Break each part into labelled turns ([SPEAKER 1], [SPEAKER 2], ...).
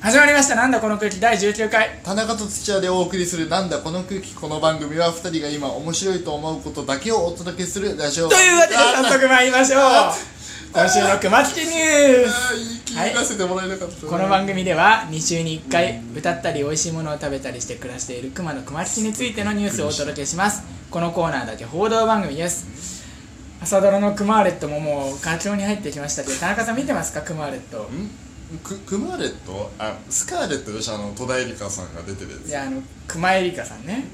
[SPEAKER 1] 始まりましたなんだこの空気第19回
[SPEAKER 2] 田中と土屋でお送りするなんだこの空気この番組は2人が今面白いと思うことだけをお届けするラジオ
[SPEAKER 1] というわけで早速参りましょう
[SPEAKER 2] あ
[SPEAKER 1] 今週の熊月ニュース
[SPEAKER 2] あー言い切らせてもらえなかった、
[SPEAKER 1] この番組では2週に1回歌ったり美味しいものを食べたりして暮らしている熊の熊吉についてのニュースをお届けしますこのコーナーだけ報道番組です朝ドラのクマーレットももう佳境に入ってきましたけど田中さん見てますかクマーレット
[SPEAKER 2] んククマーレットあスカーレットよしあの戸田恵梨香さんが出てるやつ
[SPEAKER 1] いやあの熊エリカさんね
[SPEAKER 2] ん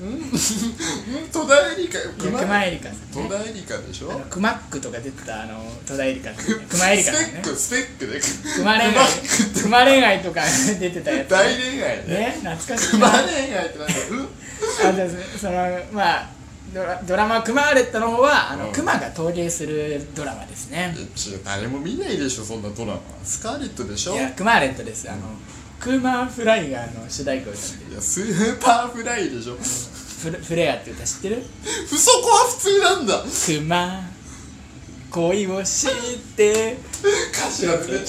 [SPEAKER 2] 戸田恵梨香
[SPEAKER 1] いや
[SPEAKER 2] クマ
[SPEAKER 1] 熊エリカさん
[SPEAKER 2] 戸
[SPEAKER 1] ね
[SPEAKER 2] 田恵梨香でしょ
[SPEAKER 1] あのクマックとか出てたあの戸田エリカっていうね熊エリカさんね
[SPEAKER 2] スペックスペックで
[SPEAKER 1] 熊恋愛熊恋愛とか 出てたやつ
[SPEAKER 2] 大恋愛ね
[SPEAKER 1] ね懐かしい
[SPEAKER 2] 熊
[SPEAKER 1] な
[SPEAKER 2] 恋愛ってなんかうん
[SPEAKER 1] あじゃあそそのまあドラドラマ「クマーレット」の方はあの、
[SPEAKER 2] うん
[SPEAKER 1] クマが陶芸するドラマですね
[SPEAKER 2] ちょ誰も見ないでしょそんなドラマスカーレットでし
[SPEAKER 1] い
[SPEAKER 2] ょ
[SPEAKER 1] やクマーレットですあの、クマフライがあの主題歌を歌ってる
[SPEAKER 2] いやスーパーフライでしょ
[SPEAKER 1] フレフレアって歌知ってる
[SPEAKER 2] 不そこは普通なんだ
[SPEAKER 1] クマ恋をして
[SPEAKER 2] 歌詞は全然違う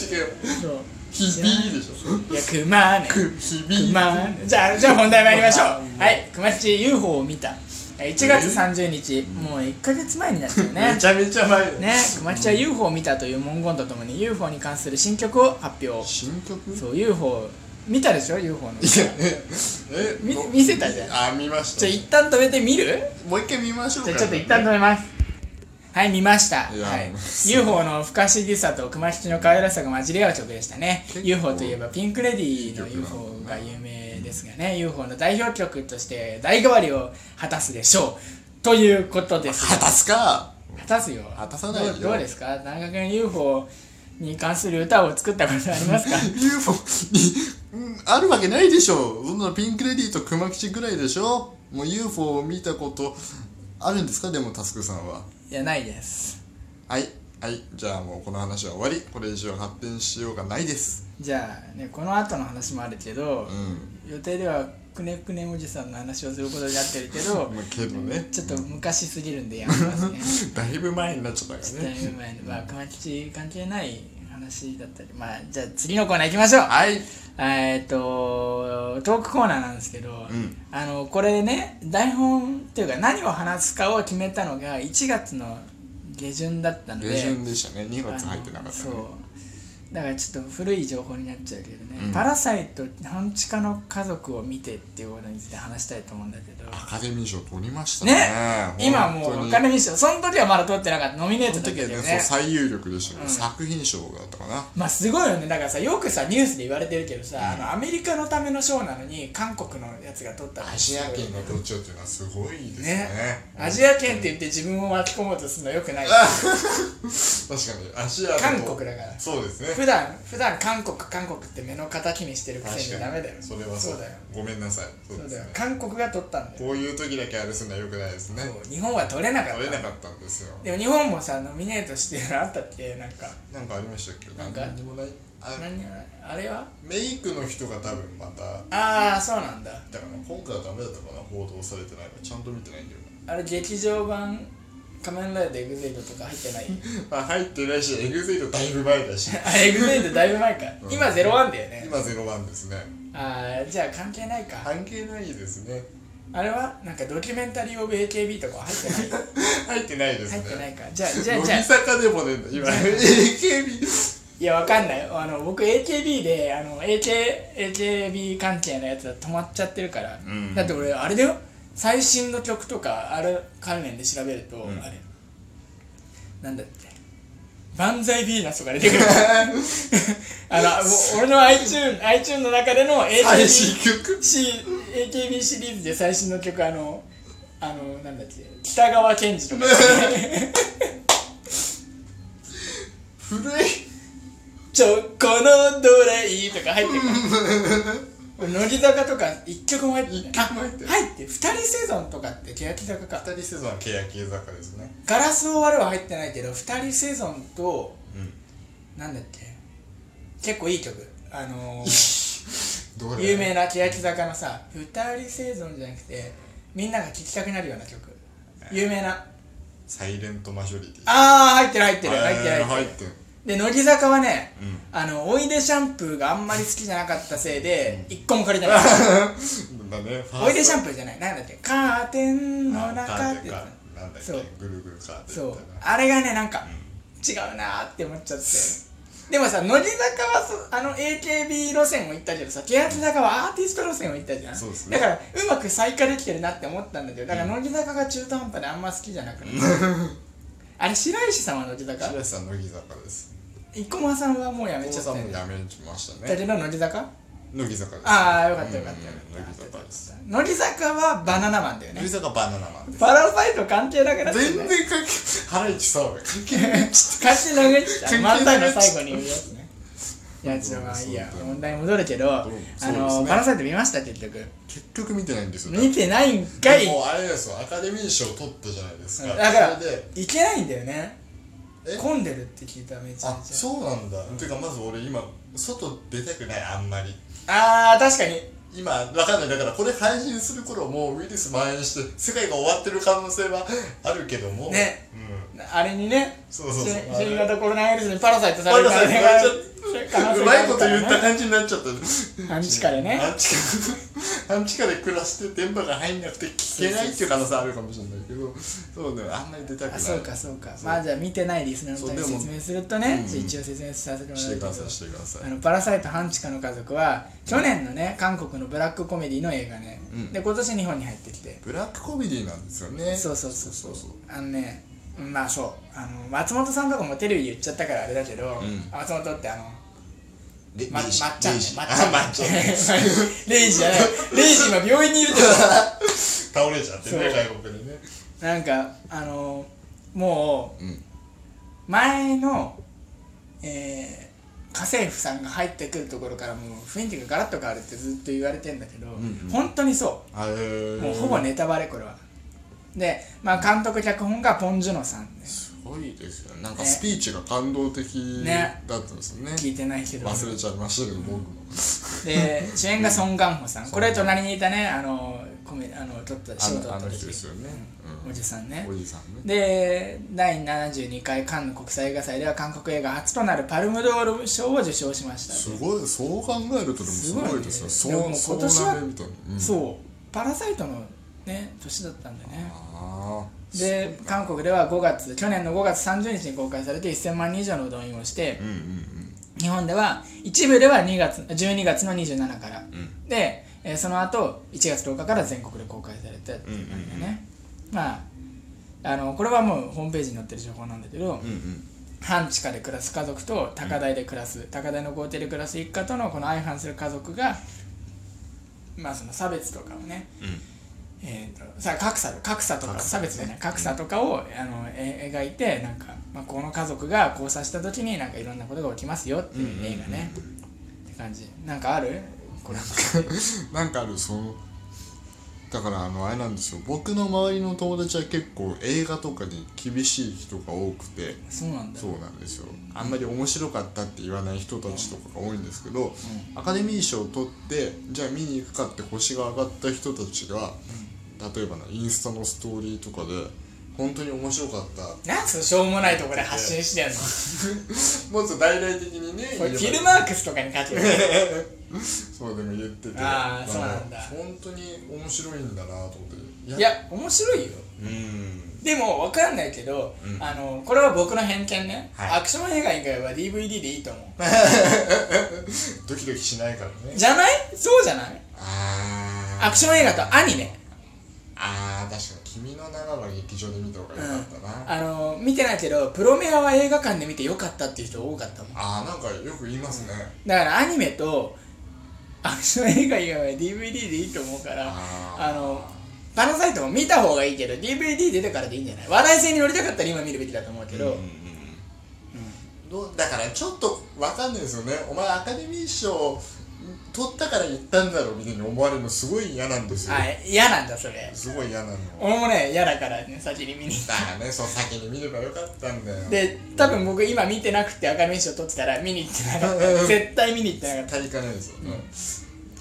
[SPEAKER 1] そう
[SPEAKER 2] 響いでしょ
[SPEAKER 1] いやクマね
[SPEAKER 2] く響い
[SPEAKER 1] クマねじゃあじゃあ本題参りましょうはいクマッチ UFO を見た1月30日もう1か月前になったよね
[SPEAKER 2] めちゃめちゃ前だ
[SPEAKER 1] ね、熊吉は UFO を見たという文言とともに UFO に関する新曲を発表
[SPEAKER 2] 新曲い
[SPEAKER 1] そう UFO 見たでしょ UFO のじゃ
[SPEAKER 2] やええ
[SPEAKER 1] み
[SPEAKER 2] の
[SPEAKER 1] 見せたじゃ
[SPEAKER 2] あ見ました
[SPEAKER 1] あ一旦止めて見る
[SPEAKER 2] もう一回見ましょう
[SPEAKER 1] じ
[SPEAKER 2] か
[SPEAKER 1] ゃあちょっと一旦止めますはい見ました、
[SPEAKER 2] いや
[SPEAKER 1] はい
[SPEAKER 2] もう、
[SPEAKER 1] UFO の不可思議さと熊吉の可愛らしさが混じり合う曲でしたね
[SPEAKER 2] 結構
[SPEAKER 1] UFO といえばピンク・レディーの
[SPEAKER 2] いい曲
[SPEAKER 1] UFO
[SPEAKER 2] なんだ
[SPEAKER 1] が
[SPEAKER 2] な
[SPEAKER 1] 有名ですがね UFO の代表曲として代替わりを果たすでしょうということです
[SPEAKER 2] 果たすか
[SPEAKER 1] 果たすよ
[SPEAKER 2] 果たさないよ
[SPEAKER 1] どうどうですか田中君 UFO に関する歌を作ったことあり ますか
[SPEAKER 2] UFO にうんあるわけないでしょそんなピンクレディーと熊吉ぐらいでしょもう UFO を見たことあるんですかでもタスクさんはい
[SPEAKER 1] やないです
[SPEAKER 2] はいはいじゃあもうこの話は終わりこれ以上発展しようがないです
[SPEAKER 1] じゃあねこの後の話もあるけど
[SPEAKER 2] う、ん
[SPEAKER 1] 予定ではくねくねおじさんの話をすることになってるけど、
[SPEAKER 2] まあけどね
[SPEAKER 1] ちょっと昔すぎるんでやめますね
[SPEAKER 2] だいぶ前になっちゃったから
[SPEAKER 1] だい
[SPEAKER 2] ね
[SPEAKER 1] ぶ前のまあ熊吉関係ない話だったりまあじゃあ次のコーナー行きましょう
[SPEAKER 2] はい
[SPEAKER 1] えーっとトークコーナーなんですけど、
[SPEAKER 2] ん
[SPEAKER 1] あのこれね台本っていうか何を話すかを決めたのが1月の下旬だったので
[SPEAKER 2] 下旬でしたね2月入ってな
[SPEAKER 1] あ
[SPEAKER 2] か
[SPEAKER 1] の
[SPEAKER 2] った
[SPEAKER 1] そ
[SPEAKER 2] ね
[SPEAKER 1] うだからちょっと古い情報になっちゃうけどね「
[SPEAKER 2] うん
[SPEAKER 1] パラサイト半地下の家族を見て」っていうことについて話したいと思うんだけど
[SPEAKER 2] アカデミー賞取りましたね
[SPEAKER 1] ね今も
[SPEAKER 2] 本当
[SPEAKER 1] う
[SPEAKER 2] に
[SPEAKER 1] お金見せその時はまだ取ってなかったノミネー
[SPEAKER 2] そ
[SPEAKER 1] ト
[SPEAKER 2] の
[SPEAKER 1] だ
[SPEAKER 2] 時
[SPEAKER 1] け
[SPEAKER 2] は
[SPEAKER 1] どよ
[SPEAKER 2] ねそう
[SPEAKER 1] ね
[SPEAKER 2] 最有力でしたけど、
[SPEAKER 1] うん
[SPEAKER 2] 作品賞だったかな
[SPEAKER 1] まあすごいよねだからさよくさニュースで言われてるけどさ、あのアメリカのための賞なのに韓国のやつが取ったって
[SPEAKER 2] アジア圏の土地っていうのはすごいですね
[SPEAKER 1] アジア圏って言って自分を巻き込もうとするのよくない
[SPEAKER 2] 確かにアジア
[SPEAKER 1] 韓国だから
[SPEAKER 2] そうですね
[SPEAKER 1] 普段普段韓国韓国って目の敵にしてるくせにダメだよ
[SPEAKER 2] それはそう
[SPEAKER 1] だよ
[SPEAKER 2] ごめんなさいそう
[SPEAKER 1] そう
[SPEAKER 2] です
[SPEAKER 1] だよ
[SPEAKER 2] ね
[SPEAKER 1] 韓国が取ったんだよ
[SPEAKER 2] こういう時だけあれすんのはよくないですね
[SPEAKER 1] そう日本は取れなかった
[SPEAKER 2] 取れなかったんですよ
[SPEAKER 1] でも日本もさノミネートしてるのあったっけなんか
[SPEAKER 2] なんかありましたっけ
[SPEAKER 1] なんか
[SPEAKER 2] 何にもないあ
[SPEAKER 1] 何あれは
[SPEAKER 2] メイクの人が多分また
[SPEAKER 1] ああそうなんだ
[SPEAKER 2] だから今回はダメだったかな報道されてないからちゃんと見てな いんだよ
[SPEAKER 1] あれ劇場版仮面ライダーエグゼイドとか入ってない
[SPEAKER 2] なまあ入ってないしエグゼイトだいぶ前だ し
[SPEAKER 1] あエグゼイドだいぶ前か、
[SPEAKER 2] うん
[SPEAKER 1] 今ゼロワンだよね
[SPEAKER 2] 今ゼロ番ですね
[SPEAKER 1] ああじゃあ関係ないか、
[SPEAKER 2] 関係ないで すね
[SPEAKER 1] あれはなんかドキュメンタリー・オブ・ AKB とかは入ってな い
[SPEAKER 2] 入ってないです
[SPEAKER 1] 入
[SPEAKER 2] ね
[SPEAKER 1] って ないかじゃあじゃあじゃ
[SPEAKER 2] 乃木
[SPEAKER 1] あ
[SPEAKER 2] 坂でもね 今 AKB
[SPEAKER 1] いやわかんないあの僕 AKB であの AK AKB 関係のやつは止まっちゃってるから、
[SPEAKER 2] うん
[SPEAKER 1] だって俺あれだよ最新の曲とかある関連で調べると、あれなんだって万歳ビーナスとか出てくる あのもう俺の iTune iTune の中での AKB
[SPEAKER 2] 最新曲
[SPEAKER 1] C AKB シリーズで最新の曲あのあのなんだっけ北川賢治と か
[SPEAKER 2] 古い
[SPEAKER 1] ちょこのどれいいとか入ってる俺乃木坂とか一曲も入って
[SPEAKER 2] 一曲も入ってない
[SPEAKER 1] 入って二人セゾンとかって欅坂か
[SPEAKER 2] 二人セゾンは欅坂ですね
[SPEAKER 1] ガラスを割るは入ってないけど二人セゾンと
[SPEAKER 2] うん
[SPEAKER 1] なんだっけ結構いい曲あのー
[SPEAKER 2] どれ
[SPEAKER 1] 有名な欅坂のさ「二人生存」じゃなくてみんなが聴きたくなるような曲有名な
[SPEAKER 2] サイレントマジョリティ
[SPEAKER 1] ああ入ってる入ってる
[SPEAKER 2] あー
[SPEAKER 1] 入ってる
[SPEAKER 2] 入
[SPEAKER 1] 入
[SPEAKER 2] っ
[SPEAKER 1] って
[SPEAKER 2] て
[SPEAKER 1] る
[SPEAKER 2] る
[SPEAKER 1] で乃木坂はね、
[SPEAKER 2] うん
[SPEAKER 1] あのおいでシャンプーがあんまり好きじゃなかったせいで一個も借り てない
[SPEAKER 2] だねファースト
[SPEAKER 1] おいでシャンプーじゃないなんだっけカーテンの
[SPEAKER 2] あカ
[SPEAKER 1] 中
[SPEAKER 2] ー
[SPEAKER 1] って
[SPEAKER 2] テン
[SPEAKER 1] や
[SPEAKER 2] かなんだっ
[SPEAKER 1] そ
[SPEAKER 2] け
[SPEAKER 1] う
[SPEAKER 2] ぐるぐるカー
[SPEAKER 1] つ
[SPEAKER 2] テン
[SPEAKER 1] そ
[SPEAKER 2] み
[SPEAKER 1] う
[SPEAKER 2] たいな
[SPEAKER 1] あれがねなんか違うなーって思っちゃってでもさ乃木坂はそあの AKB 路線も行ったけどさ欅坂はアーティスト路線を行ったじゃん
[SPEAKER 2] そうっすね
[SPEAKER 1] だからうまく再化できてるなって思ったんだけどだから乃木坂が中途半端であんま好きじゃなくなった あれ白石さんは乃木坂
[SPEAKER 2] 白石さん乃木坂です
[SPEAKER 1] 生駒さんはもうやめ
[SPEAKER 2] お
[SPEAKER 1] ち
[SPEAKER 2] 父
[SPEAKER 1] ゃった
[SPEAKER 2] さ
[SPEAKER 1] よ
[SPEAKER 2] んも
[SPEAKER 1] ね
[SPEAKER 2] やめちました
[SPEAKER 1] だ
[SPEAKER 2] ね
[SPEAKER 1] けど乃木坂
[SPEAKER 2] 乃木坂です
[SPEAKER 1] ああよかったよかったよ
[SPEAKER 2] うん
[SPEAKER 1] か
[SPEAKER 2] 乃
[SPEAKER 1] っ
[SPEAKER 2] 木
[SPEAKER 1] た
[SPEAKER 2] 坂です
[SPEAKER 1] 乃木坂はバナナマンだよ
[SPEAKER 2] 乃木
[SPEAKER 1] ね
[SPEAKER 2] 坂バナナマンです
[SPEAKER 1] パラサイト関係なくなっちゃった
[SPEAKER 2] 全然関係原市さんは関係ないち
[SPEAKER 1] 勝手に流してた
[SPEAKER 2] 全然
[SPEAKER 1] 漫才の最後に言うやつねいやちょっとまあ
[SPEAKER 2] そう
[SPEAKER 1] いいや
[SPEAKER 2] そう
[SPEAKER 1] 問題戻るけどあ
[SPEAKER 2] そうですね
[SPEAKER 1] のパラサイト見ました結局
[SPEAKER 2] 結局見てないんですよ
[SPEAKER 1] 見てないんかい
[SPEAKER 2] でもうあれですよアカデミー賞取ったじゃないですか
[SPEAKER 1] だから
[SPEAKER 2] それで
[SPEAKER 1] 行けないんだよね
[SPEAKER 2] え
[SPEAKER 1] 混んでるって聞いためちゃ
[SPEAKER 2] あ
[SPEAKER 1] めちゃ
[SPEAKER 2] そうなんだ、ていうかまず俺今外出たくないあんまり
[SPEAKER 1] あー確かに
[SPEAKER 2] 今わかんないだからこれ配信する頃もうウイルス蔓延して世界が終わってる可能性はあるけども
[SPEAKER 1] ね
[SPEAKER 2] うん
[SPEAKER 1] あれにね
[SPEAKER 2] そうそうそう
[SPEAKER 1] 新新型コロナウイルスにパラサイトさ
[SPEAKER 2] パ
[SPEAKER 1] れ
[SPEAKER 2] ラ
[SPEAKER 1] る可
[SPEAKER 2] サ
[SPEAKER 1] 能
[SPEAKER 2] イ
[SPEAKER 1] 性
[SPEAKER 2] ト
[SPEAKER 1] が
[SPEAKER 2] 言わ
[SPEAKER 1] あ
[SPEAKER 2] れち
[SPEAKER 1] る可
[SPEAKER 2] ゃ
[SPEAKER 1] 能性があ
[SPEAKER 2] っうま
[SPEAKER 1] る
[SPEAKER 2] い
[SPEAKER 1] か
[SPEAKER 2] こと言った
[SPEAKER 1] らね
[SPEAKER 2] 感じになっちゃった
[SPEAKER 1] 半地下でね
[SPEAKER 2] 半地 下半地下で暮らして電波が入んなくて聞けないっていう可能性あるかもしれないけどそうねあんまり出たくな
[SPEAKER 1] あ
[SPEAKER 2] い
[SPEAKER 1] そうかそうか
[SPEAKER 2] そう
[SPEAKER 1] まあじゃあ見てないリスナーの人に
[SPEAKER 2] そうでも
[SPEAKER 1] 説明するとね
[SPEAKER 2] うん
[SPEAKER 1] ちょ一応説明させてもらう
[SPEAKER 2] して
[SPEAKER 1] け
[SPEAKER 2] く
[SPEAKER 1] ど
[SPEAKER 2] ださいしてください
[SPEAKER 1] あのパラサイト半地下の家族は去年のね韓国のブラックコメディの映画ね、
[SPEAKER 2] うん
[SPEAKER 1] で今年日本に入ってきて
[SPEAKER 2] ブラックコメディなんですよね
[SPEAKER 1] そうそうそうそう
[SPEAKER 2] そう
[SPEAKER 1] あのねまあそうあの松本さんとかもテレビで言っちゃったからあれだけど、
[SPEAKER 2] ん
[SPEAKER 1] 松本ってあの
[SPEAKER 2] レ
[SPEAKER 1] ま、まっ
[SPEAKER 2] レイ
[SPEAKER 1] ち
[SPEAKER 2] ジ
[SPEAKER 1] ゃんね
[SPEAKER 2] レイジ
[SPEAKER 1] まっちゃん
[SPEAKER 2] あまっちゃん
[SPEAKER 1] ね レイジじゃないレイジ今病院にい るけど
[SPEAKER 2] 倒れちゃって
[SPEAKER 1] そう
[SPEAKER 2] ね外国でね
[SPEAKER 1] なんかあのもう
[SPEAKER 2] うん
[SPEAKER 1] 前のえー家政婦さんが入ってくるところからもう雰囲気がガラッと変わるってずっと言われてんだけど、
[SPEAKER 2] んうん
[SPEAKER 1] 本当にそう
[SPEAKER 2] あれー
[SPEAKER 1] もうほぼネタバレこれはで、まあ、監督脚本がポン・ジュノさんです
[SPEAKER 2] すごいですよねなんか
[SPEAKER 1] ね
[SPEAKER 2] スピーチが感動的
[SPEAKER 1] ね
[SPEAKER 2] だったんですよね
[SPEAKER 1] 聞いてないけど
[SPEAKER 2] 忘れちゃいましたけど僕も
[SPEAKER 1] で主演がソン・ガンホさんこれ隣にいたねあのコメあのちょっと
[SPEAKER 2] あ
[SPEAKER 1] 仕事
[SPEAKER 2] の
[SPEAKER 1] だ
[SPEAKER 2] あ
[SPEAKER 1] った
[SPEAKER 2] の
[SPEAKER 1] 時
[SPEAKER 2] 人ですよね
[SPEAKER 1] おじさん
[SPEAKER 2] う
[SPEAKER 1] ね
[SPEAKER 2] んおじさんね
[SPEAKER 1] で第72回カンヌ国際映画祭では韓国映画初となるパルムドール賞を受賞しました
[SPEAKER 2] すごいそう考えるとでもすごいですよ
[SPEAKER 1] すごいねでも
[SPEAKER 2] そう
[SPEAKER 1] 今年は
[SPEAKER 2] そうなれるとうん
[SPEAKER 1] そうパラサイトのね年だったんだね
[SPEAKER 2] ああ
[SPEAKER 1] で韓国では5月去年の5月30日に公開されて1000万人以上の動員をして、
[SPEAKER 2] うんうんうん
[SPEAKER 1] 日本では一部では2月12月の27から、
[SPEAKER 2] ん
[SPEAKER 1] で、えーその後1月10日から全国で公開されたっていう感じだね、まああのこれはもうホームページに載ってる情報なんだけど、
[SPEAKER 2] うんうん
[SPEAKER 1] 半地下で暮らす家族と高台で暮らす、高台の豪邸で暮らす一家とのこの相反する家族がまあその差別とかをね、
[SPEAKER 2] うん
[SPEAKER 1] えーとさ格差格差とか
[SPEAKER 2] 格差
[SPEAKER 1] 差別じゃない格差とかを、あのえ描いてなんか、まあ、この家族が交差した時になんかいろんなことが起きますよっていう映画ね、って感じなんかあるこれ
[SPEAKER 2] なんかあるそのだからあのあれなんですよ僕の周りの友達は結構映画とかに厳しい人が多くて
[SPEAKER 1] そうなんだ
[SPEAKER 2] そうなんですよあんまり面白かったって言わない人たちとかが多いんですけど、アカデミー賞を取ってじゃあ見に行くかって星が上がった人たちが、例えばなインスタのストーリーとかで本当に面白かった
[SPEAKER 1] なんつうのしょうもないとこで発信してんの
[SPEAKER 2] もっと大々的にね
[SPEAKER 1] これフ
[SPEAKER 2] 言
[SPEAKER 1] ィ
[SPEAKER 2] え
[SPEAKER 1] ル
[SPEAKER 2] ば
[SPEAKER 1] マークスとかに書ける
[SPEAKER 2] そうでも言ってて
[SPEAKER 1] あーそうなんだ
[SPEAKER 2] 本当に面白いんだなと思って
[SPEAKER 1] いや面白いよ
[SPEAKER 2] うん
[SPEAKER 1] でも分かんないけど、
[SPEAKER 2] うん
[SPEAKER 1] あのこれは僕の偏見ね、
[SPEAKER 2] はい
[SPEAKER 1] アクション映画以外は DVD でいいと思
[SPEAKER 2] ドキドキしないから
[SPEAKER 1] う
[SPEAKER 2] ね
[SPEAKER 1] じゃないそうじゃない
[SPEAKER 2] あ
[SPEAKER 1] アクション映画とアニメ
[SPEAKER 2] あー確かに君の名は劇場で見た方が良かったな、あ
[SPEAKER 1] あの見てないけどプロメアは映画館で見てよかったっていう人多かったもんだか
[SPEAKER 2] あーなんかよく言いますね、
[SPEAKER 1] らアニメとアクション映画以外は DVD でいいと思うから
[SPEAKER 2] あー
[SPEAKER 1] あのパラサイトも見た方がいいけど DVD 出てからでいいんじゃない話題性に乗りたかったら今見るべきだと思うけど、
[SPEAKER 2] どうだからちょっとわかんないですよねお前アカデミー賞取ったから言ったんだろみたいに思われるのすごい嫌なんですよ、
[SPEAKER 1] あ嫌なんだそれ
[SPEAKER 2] すごい嫌なの
[SPEAKER 1] 俺もね嫌だからね先に見に行った
[SPEAKER 2] だからねそう先に見ればよかったんだよ
[SPEAKER 1] で多分僕今見てなくてアカデミー賞取ってたら見に行ってなかった絶対見に行ってなかっ
[SPEAKER 2] 足りかないですよね、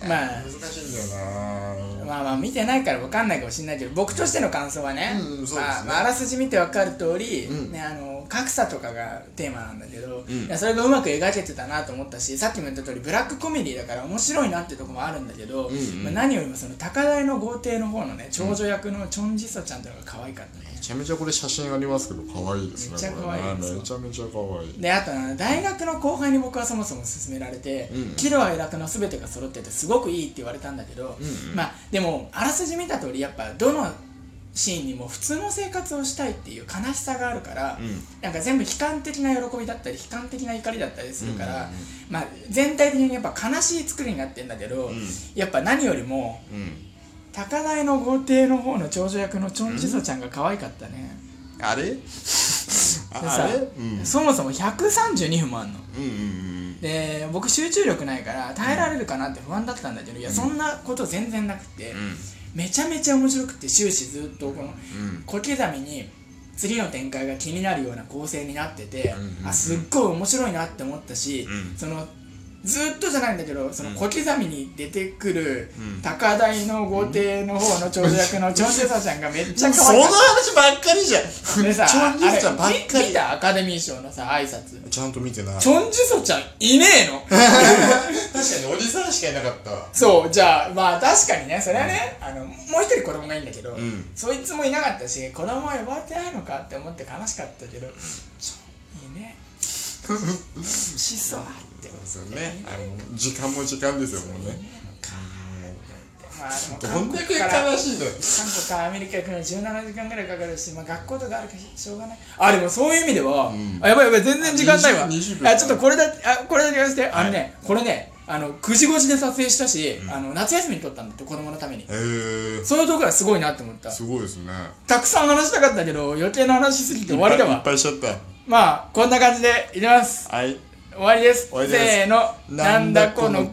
[SPEAKER 1] たまあ
[SPEAKER 2] 難しいんだよな
[SPEAKER 1] まあまあ見てないから分かんないかもしれないけど僕としての感想はね,、
[SPEAKER 2] うんそうですね
[SPEAKER 1] まあまああらすじ見て分かる通り、
[SPEAKER 2] うん
[SPEAKER 1] ねあの格差とかがテーマなんだけど、
[SPEAKER 2] うん
[SPEAKER 1] いやそれがうまく描けてたなと思ったしさっきも言った通りブラックコメディだから面白いなってとこもあるんだけど、
[SPEAKER 2] うんうん
[SPEAKER 1] まあ、何よりもその高台の豪邸の方のね長女役のチョン・ジソちゃんとかが可愛かったね
[SPEAKER 2] めちゃめちゃこれ写真ありますけど可愛いですね
[SPEAKER 1] めっちゃ
[SPEAKER 2] これね
[SPEAKER 1] 可愛いですよ
[SPEAKER 2] めちゃめちゃ可愛い
[SPEAKER 1] であとな大学の後輩に僕はそもそも勧められて、
[SPEAKER 2] うん
[SPEAKER 1] 喜怒哀楽の全てが揃っててすごくいいって言われたんだけど、
[SPEAKER 2] うんうん
[SPEAKER 1] まあでもあらすじ見た通りやっぱどのシーンにも普通の生活をしたいっていう悲しさがあるから、
[SPEAKER 2] うん
[SPEAKER 1] なんか全部悲観的な喜びだったり悲観的な怒りだったりするから、
[SPEAKER 2] うんうんうん
[SPEAKER 1] まあ、全体的にやっぱ悲しい作りになってんだけど、
[SPEAKER 2] うん
[SPEAKER 1] やっぱ何よりも
[SPEAKER 2] うん
[SPEAKER 1] 高台の豪邸の方の長女役のチョン・ジソちゃんが可愛かったね、
[SPEAKER 2] あれ
[SPEAKER 1] で
[SPEAKER 2] あ
[SPEAKER 1] さ
[SPEAKER 2] あれうん
[SPEAKER 1] そもそも132分もあんの
[SPEAKER 2] うんうん
[SPEAKER 1] で僕集中力ないから耐えられるかなって不安だったんだけど、いやそんなこと全然なくて、
[SPEAKER 2] うん
[SPEAKER 1] めちゃめちゃ面白くて終始ずっとこの
[SPEAKER 2] うん
[SPEAKER 1] 小刻みに次の展開が気になるような構成になってて、
[SPEAKER 2] うんうんうん
[SPEAKER 1] あすっごい面白いなって思ったし、
[SPEAKER 2] うん
[SPEAKER 1] そのずっとじゃないんだけどその小刻みに出てくる
[SPEAKER 2] うん
[SPEAKER 1] 高台の豪邸の方の長女役 のチョン・ジュサちゃんがめっちゃ可
[SPEAKER 2] そ
[SPEAKER 1] 愛
[SPEAKER 2] の
[SPEAKER 1] かっ
[SPEAKER 2] 話ばっかりじゃん
[SPEAKER 1] たでさ
[SPEAKER 2] チョンジュさんば
[SPEAKER 1] あ
[SPEAKER 2] っ
[SPEAKER 1] れ見
[SPEAKER 2] かり
[SPEAKER 1] 見たアカデミー賞のさ挨拶
[SPEAKER 2] ちゃんと見てない
[SPEAKER 1] チョン・ジュソちゃんいねえの
[SPEAKER 2] 確かにおじさんしかいなかったわ
[SPEAKER 1] そうじゃあまあ確かにねそれはね、あのもう一人子供がいいんだけど、
[SPEAKER 2] うん
[SPEAKER 1] そいつもいなかったし子供は呼ばれてないのかって思って悲しかったけどちょいいねしそうって思っ
[SPEAKER 2] そうねあの時間も時間ですよもうね
[SPEAKER 1] てまあでも
[SPEAKER 2] どんだけ
[SPEAKER 1] 韓国
[SPEAKER 2] 悲しいのよ
[SPEAKER 1] からアメリカ行くのに17時間ぐらいかかるし、まあ、学校とかあるからしょうがないあでもそういう意味では、
[SPEAKER 2] ん
[SPEAKER 1] あやばいやばい全然時間ないわ
[SPEAKER 2] あ20 20秒
[SPEAKER 1] あちょっとこれだあこれだけ言わせてあのね、これねあの9時5時で撮影したし、あの夏休みに撮ったんだって子供のために
[SPEAKER 2] へえ
[SPEAKER 1] そういうとこがすごいなって思った
[SPEAKER 2] すごいですね
[SPEAKER 1] たくさん話したかったけど余計な話しすぎて終わりだ
[SPEAKER 2] いっ
[SPEAKER 1] わ
[SPEAKER 2] ぱいしちゃった
[SPEAKER 1] まあこんな感じでいきます
[SPEAKER 2] はい
[SPEAKER 1] 終わりです
[SPEAKER 2] 終わりです
[SPEAKER 1] せーのなんだこの国